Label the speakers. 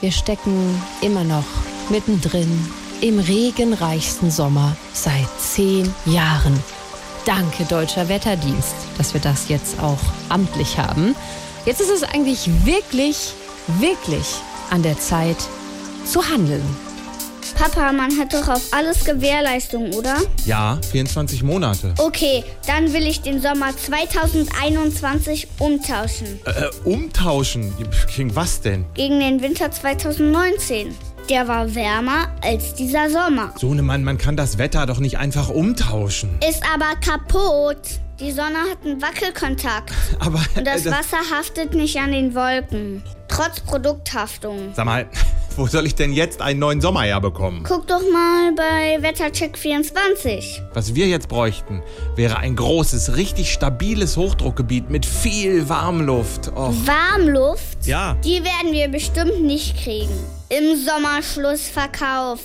Speaker 1: Wir stecken immer noch mittendrin im regenreichsten Sommer seit zehn Jahren. Danke, Deutscher Wetterdienst, dass wir das jetzt auch amtlich haben. Jetzt ist es eigentlich wirklich, wirklich an der Zeit zu handeln.
Speaker 2: Papa, man hat doch auf alles Gewährleistung, oder?
Speaker 3: Ja, 24 Monate.
Speaker 2: Okay, dann will ich den Sommer 2021 umtauschen.
Speaker 3: Äh, umtauschen? Gegen was denn?
Speaker 2: Gegen den Winter 2019. Der war wärmer als dieser Sommer.
Speaker 3: Sohnemann, man kann das Wetter doch nicht einfach umtauschen.
Speaker 2: Ist aber kaputt. Die Sonne hat einen Wackelkontakt.
Speaker 3: Aber.
Speaker 2: Und das
Speaker 3: äh,
Speaker 2: Wasser haftet nicht an den Wolken. Trotz Produkthaftung.
Speaker 3: Sag mal, wo soll ich denn jetzt einen neuen Sommer herbekommen?
Speaker 2: Guck doch mal bei Wettercheck 24.
Speaker 3: Was wir jetzt bräuchten, wäre ein großes, richtig stabiles Hochdruckgebiet mit viel Warmluft. Och.
Speaker 2: Warmluft?
Speaker 3: Ja.
Speaker 2: Die werden wir bestimmt nicht kriegen. Im Sommerschlussverkauf.